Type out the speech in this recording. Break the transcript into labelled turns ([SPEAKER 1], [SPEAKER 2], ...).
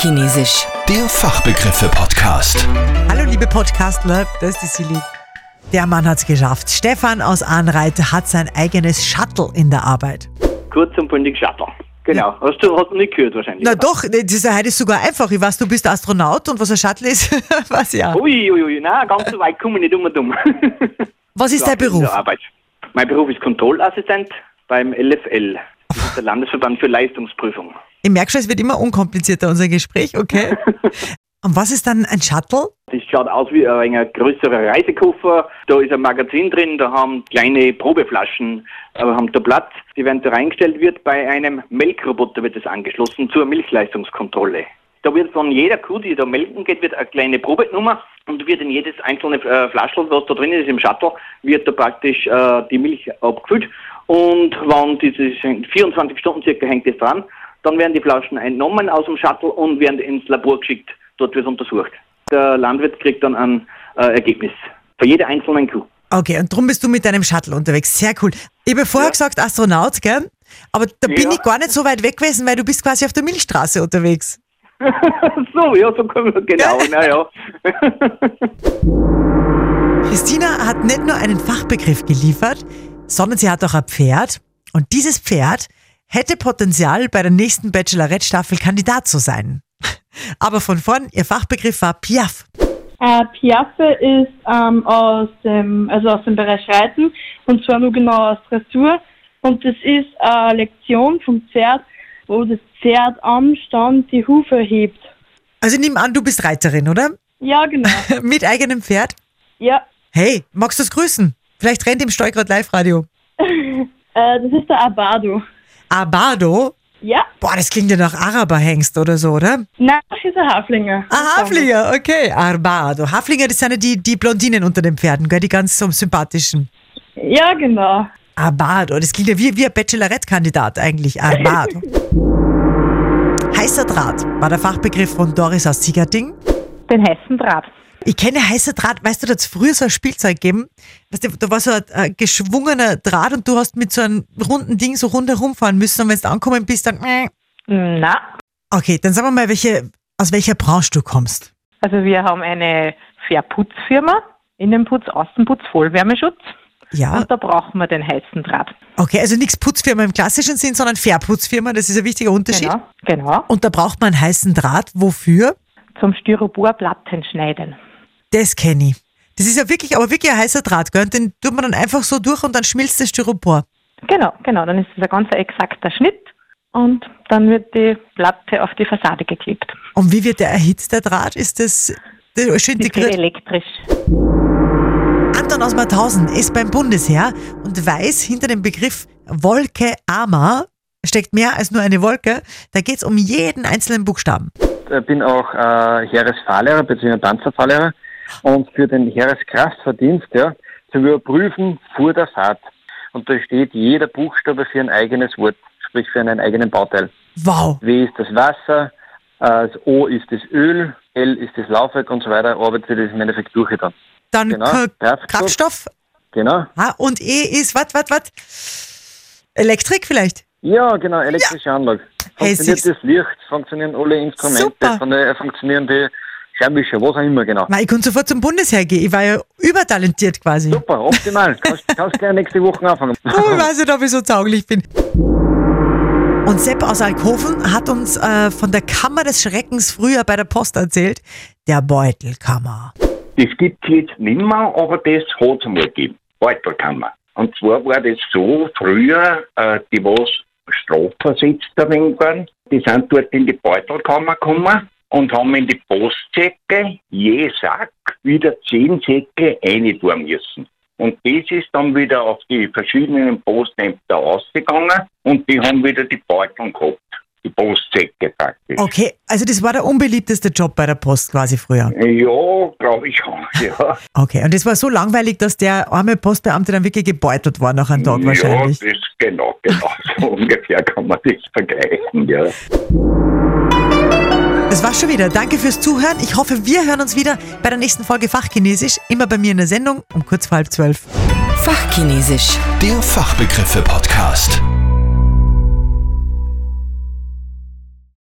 [SPEAKER 1] Chinesisch.
[SPEAKER 2] Der Fachbegriffe-Podcast.
[SPEAKER 3] Hallo liebe Podcastler, das ist die Silly. Der Mann hat's geschafft. Stefan aus Anreit hat sein eigenes Shuttle in der Arbeit.
[SPEAKER 4] kurz und bündig Shuttle. Genau. Hast du, hast du nicht gehört wahrscheinlich.
[SPEAKER 3] Na doch, ne, das ist ja heute sogar einfach. Ich weiß, du bist Astronaut und was ein Shuttle ist, was ja.
[SPEAKER 4] Ui, ui, ui, nein, ganz so weit komme ich nicht um und um.
[SPEAKER 3] Was ist dein Beruf?
[SPEAKER 4] Arbeit. Mein Beruf ist Kontrollassistent beim LFL. Das ist der Landesverband für Leistungsprüfung.
[SPEAKER 3] Ich merke schon, es wird immer unkomplizierter, unser Gespräch, okay? Und was ist dann ein Shuttle?
[SPEAKER 4] Das schaut aus wie ein wenig ein größerer Reisekoffer. Da ist ein Magazin drin, da haben kleine Probeflaschen, äh, haben da Platz. Die werden da reingestellt, wird bei einem Melkroboter wird es angeschlossen zur Milchleistungskontrolle. Da wird von jeder Kuh, die da melken geht, wird eine kleine Probenummer und wird in jedes einzelne äh, Flaschel, was da drin ist im Shuttle, wird da praktisch äh, die Milch abgefüllt. Und wenn dieses 24 Stunden circa hängt es dran, dann werden die Flaschen entnommen aus dem Shuttle und werden ins Labor geschickt. Dort wird untersucht. Der Landwirt kriegt dann ein äh, Ergebnis für jede einzelne Kuh.
[SPEAKER 3] Okay, und drum bist du mit deinem Shuttle unterwegs. Sehr cool. Ich habe vorher gesagt Astronaut, gell? Aber da bin
[SPEAKER 4] Ja.
[SPEAKER 3] ich gar nicht so weit weg gewesen, weil du bist quasi auf der Milchstraße unterwegs.
[SPEAKER 4] so, ja, so können wir, genau, naja.
[SPEAKER 3] Christina hat nicht nur einen Fachbegriff geliefert, sondern sie hat auch ein Pferd. Und dieses Pferd hätte Potenzial, bei der nächsten Bachelorette-Staffel Kandidat zu sein. Aber von vorn, ihr Fachbegriff war Piaf.
[SPEAKER 5] Äh, Piaffe ist ähm, aus, dem, also aus dem Bereich Reiten und zwar nur genau aus Dressur. Und das ist eine Lektion vom Pferd, wo das Pferd am Stand die Hufe hebt.
[SPEAKER 3] Also nimm an, du bist Reiterin, oder?
[SPEAKER 5] Ja, genau.
[SPEAKER 3] Mit eigenem Pferd.
[SPEAKER 5] ja.
[SPEAKER 3] Hey, magst du es grüßen? Vielleicht rennt im Steugrad Live-Radio.
[SPEAKER 5] Äh, das ist der Abado.
[SPEAKER 3] Abado?
[SPEAKER 5] Ja,
[SPEAKER 3] Boah, das klingt ja nach Araberhengst oder so, oder?
[SPEAKER 5] nein, das ist ein Haflinger.
[SPEAKER 3] Ah, Haflinger, okay. Arbado. Haflinger, das sind ja die, die Blondinen unter den Pferden, gell? Die ganz so sympathischen.
[SPEAKER 5] Ja, genau.
[SPEAKER 3] Armado. Das klingt ja wie, wie ein Bachelorette-Kandidat eigentlich. Armado. Heißer Draht war der Fachbegriff von Doris aus Ziegerding.
[SPEAKER 6] den heißen Draht.
[SPEAKER 3] Ich kenne heißer Draht, weißt du, da hat es früher so ein Spielzeug gegeben, weißt du, da war so ein, äh, geschwungener Draht und du hast mit so einem runden Ding so rundherum fahren müssen und wenn du angekommen bist, dann... äh.
[SPEAKER 6] Na,
[SPEAKER 3] Okay, dann sagen wir mal, welche, aus welcher Branche du kommst.
[SPEAKER 6] also wir haben eine Verputzfirma, Innenputz, Außenputz, Vollwärmeschutz
[SPEAKER 3] Ja,
[SPEAKER 6] und da brauchen wir den heißen Draht.
[SPEAKER 3] okay, also nichts Putzfirma im klassischen Sinn, sondern Verputzfirma, das ist ein wichtiger Unterschied.
[SPEAKER 6] Genau, genau,
[SPEAKER 3] Und da braucht man heißen Draht, wofür?
[SPEAKER 6] zum Styroporplatten schneiden.
[SPEAKER 3] Das kenne ich. Das ist ja wirklich, aber wirklich ein heißer Draht, gell? Und Den tut man dann einfach so durch und dann schmilzt das Styropor.
[SPEAKER 6] Genau, genau, dann ist das ein ganz exakter Schnitt und dann wird die Platte auf die Fassade geklebt.
[SPEAKER 3] Und wie wird der erhitzt, der Draht? Ist das, das schön
[SPEAKER 6] Die ist
[SPEAKER 3] integriert?
[SPEAKER 6] elektrisch.
[SPEAKER 3] Anton aus Mauthausen ist beim Bundesheer und weiß, hinter dem Begriff Wolke Ama steckt mehr als nur eine Wolke. Da geht's um jeden einzelnen Buchstaben.
[SPEAKER 7] äh, bin auch äh, Heeresfahrlehrer bzw. Panzerfahrlehrer und für den Heereskraftverdienst ja, zu überprüfen fuhr der Fahrt. Und da steht jeder Buchstabe für ein eigenes Wort, sprich für einen eigenen Bauteil.
[SPEAKER 3] Wow.
[SPEAKER 7] W ist das Wasser, äh, das O ist das Öl, L ist das Laufwerk und so weiter, arbeitet das im Endeffekt durch dann.
[SPEAKER 3] Dann
[SPEAKER 7] Genau,
[SPEAKER 3] K-
[SPEAKER 7] Kraftstoff.
[SPEAKER 3] Kraftstoff.
[SPEAKER 7] Genau.
[SPEAKER 3] Ah, und E ist, was, was, was? Elektrik vielleicht?
[SPEAKER 7] Ja, genau, elektrische Anlage.
[SPEAKER 3] Hey,
[SPEAKER 7] Funktioniert
[SPEAKER 3] siehst-
[SPEAKER 7] das Licht, funktionieren alle Instrumente,
[SPEAKER 3] Super.
[SPEAKER 7] von der, funktionieren die Scheinwischer, was auch immer genau.
[SPEAKER 3] Na, ich konnte sofort zum Bundesheer gehen. Ich war ja übertalentiert quasi.
[SPEAKER 7] Super, optimal. kannst, kannst gleich nächste Woche anfangen.
[SPEAKER 3] Oh, ich weiß nicht, ob ich so tauglich bin. Und Sepp aus Alkoven hat uns äh, von der Kammer des Schreckens früher bei der Post erzählt, der Beutelkammer.
[SPEAKER 8] Das gibt es jetzt nicht mehr, aber das hat es mal gegeben. Beutelkammer. Und zwar war das so, früher, äh, die was strafversetzt ein wenig waren, die sind dort in die Beutelkammer gekommen und haben in die Postsäcke je Sack wieder zehn Säcke reintun müssen. Und das ist dann wieder auf die verschiedenen Postämter ausgegangen und die haben wieder die Beutel gehabt. Die Postsäcke praktisch.
[SPEAKER 3] Okay, also das war der unbeliebteste Job bei der Post quasi früher.
[SPEAKER 8] Ja, glaube ich schon, ja.
[SPEAKER 3] Okay, und das war so langweilig, dass der arme Postbeamte dann wirklich gebeutelt war nach einem Tag wahrscheinlich.
[SPEAKER 8] Ja, das ist genau, genau. So ungefähr kann man das vergleichen, ja.
[SPEAKER 3] Das war's schon wieder. Danke fürs Zuhören. Ich hoffe, wir hören uns wieder bei der nächsten Folge Fachchinesisch. Immer bei mir in der Sendung um kurz vor halb zwölf.
[SPEAKER 1] Fachchinesisch.
[SPEAKER 2] Der Fachbegriffe-Podcast.